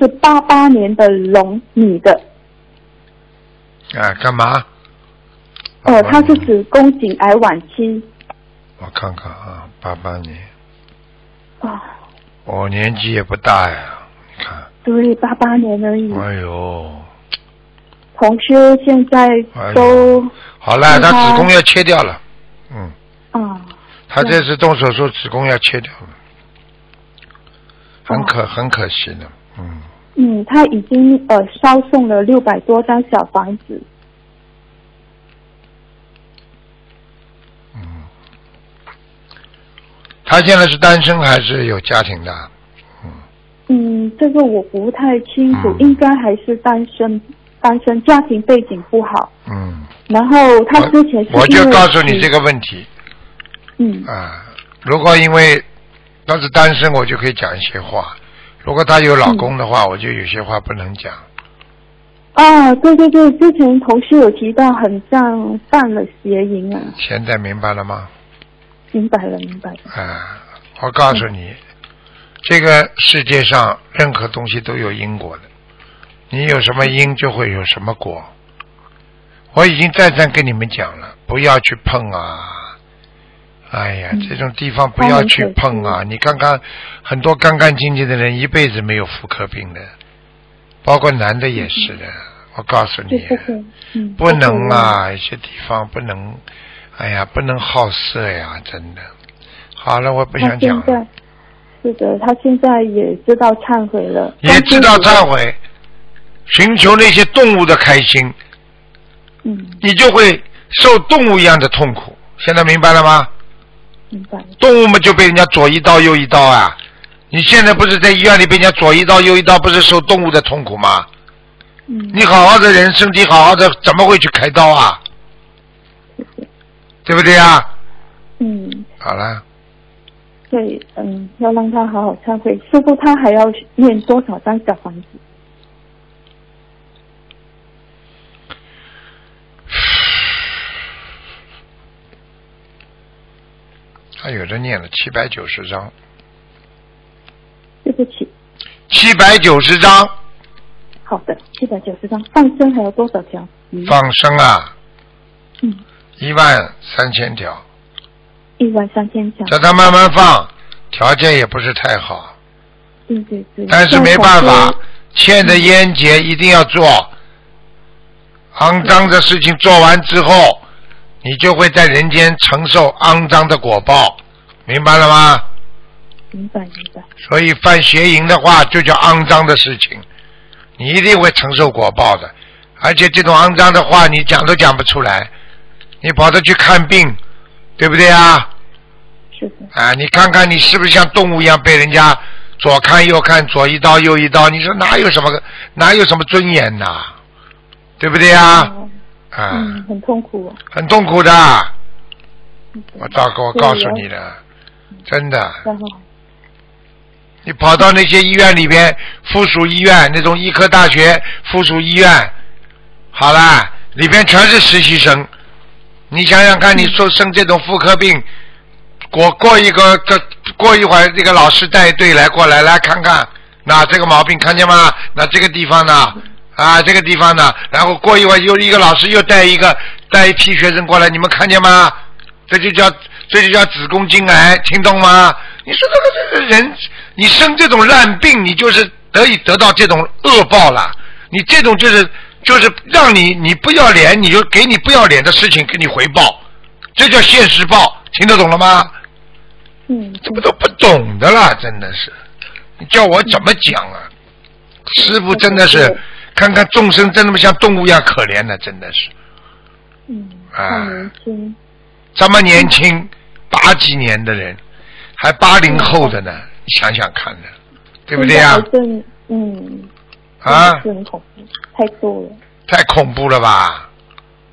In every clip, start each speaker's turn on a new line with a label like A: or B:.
A: 是八八年的龙，女的，
B: 哎，干嘛？
A: 呃，她是子宫颈癌晚期
B: 我看看啊，八八年，
A: 啊、
B: 我年纪也不大呀，你看，
A: 对，八八年而已。
B: 哎呦，
A: 同修现在
B: 哎
A: 都
B: 呦，好了，
A: 那
B: 他
A: 他
B: 子宫要切掉了，嗯，
A: 啊、
B: 他这次动手术子宫要切掉了，
A: 哦
B: 很可很可惜的，嗯，
A: 嗯，她已经呃烧送了六百多张小房子，
B: 他现在是单身还是有家庭的？
A: 嗯，这个我不太清楚，
B: 嗯
A: 应该还是单身，单身家庭背景不好。
B: 嗯，
A: 然后他之前是
B: 我我就
A: 因为
B: 告诉你这
A: 个，
B: 个问题，
A: 嗯
B: 啊，如果因为他是单身，我就可以讲一些话；如果他有
A: 嗯
B: 老公的话，我就有些话不能讲。
A: 啊，对对对，之前同事有提到很像犯了邪淫啊，
B: 现在明白了吗？
A: 明白了明白了，
B: 啊，我告诉你，这个世界上任何东西都有因果的，你有什么因就会有什么果。我已经再三跟你们讲了，不要去碰啊！哎呀，
A: 嗯
B: 这种地方不要去碰啊！你看看很多干干净净的人，一辈子没有妇科病的，包括男的也是的。我告诉
A: 就
B: 你，啊
A: 不可以，嗯，
B: 不能
A: 可以了，
B: 啊，有些地方不能，哎呀，不能好色呀，真的。好了，我不
A: 他
B: 想
A: 现
B: 讲了
A: 在。是的，他现在也知道忏悔了，
B: 也知道
A: 他，
B: 忏悔，寻求那些动物的开心，
A: 嗯，
B: 你就会受动物一样的痛苦。现在明白了吗？
A: 明白了，
B: 动物们就被人家左一刀右一刀啊！你现在不是在医院里被人家左一刀右一刀，不是受动物的痛苦吗？
A: 嗯，
B: 你好好的人，身体好好的，怎么会去开刀啊？对不对啊？
A: 嗯，
B: 好了。
A: 对，嗯，要让他好好忏悔。师傅，他还要念多少张小房子？
B: 他有的念了七百九十章，
A: 对不起，
B: 七百九十章
A: 好的，七百九十张。放生还有多少条？嗯，
B: 放生啊，
A: 嗯，
B: 一万三千条，
A: 一万三千条。
B: 叫他慢慢放，条件也不是太好，
A: 对对对。
B: 但是没办
A: 像
B: 法
A: 小，
B: 欠的烟节一定要做，肮脏的事情做完之后，你就会在人间承受肮脏的果报，明白了吗？
A: 猪，明白明白。
B: 所以犯邪淫的话，就叫肮脏的事情，你一定会承受果报的。而且这种肮脏的话，你讲都讲不出来，你跑着去看病，对不对啊？
A: 是的，
B: 啊，你看看你是不是像动物一样被人家左看右看，左一刀右一刀？你说哪有什么哪有什么尊严呐、对不对啊？
A: 哦
B: 啊，
A: 嗯，很痛苦哦。嗯
B: 很痛苦的。我大哥，我告诉你的，真的。
A: 然后，
B: 你跑到那些医院里边，附属医院那种医科大学附属医院，好啦，里边全是实习生。你想想看，你说生这种妇科病，过过一个这过一会儿，这个老师带队来过来来看看，那这个毛病看见吗？那这个地方呢？啊，这个地方呢？然后过一会儿又一个老师又带一个带一批学生过来，你们看见吗？这就叫这就叫子宫颈癌，听懂吗？你说这个这个人，你生这种烂病，你就是得以得到这种恶报了。你这种就是就是让你你不要脸，你就给你不要脸的事情给你回报，这叫现实报，听得懂了吗？
A: 嗯，
B: 这不都不懂的啦，真的是，你叫我怎么讲啊？师傅真的是
A: 嗯，
B: 看看众生真的像动物一样可怜的，真的是。
A: 嗯，
B: 啊
A: 太年轻，
B: 这么年
A: 嗯
B: 轻，八几年的人，还八零后的呢，想想看呢，对不对
A: 现
B: 呀、
A: 在癌症，嗯，真
B: 啊？
A: 的是很恐怖，太多了，
B: 太恐怖了吧！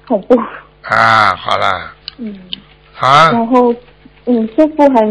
A: 恐怖。
B: 啊，好了，
A: 嗯，
B: 啊。
A: 然后，嗯，师傅还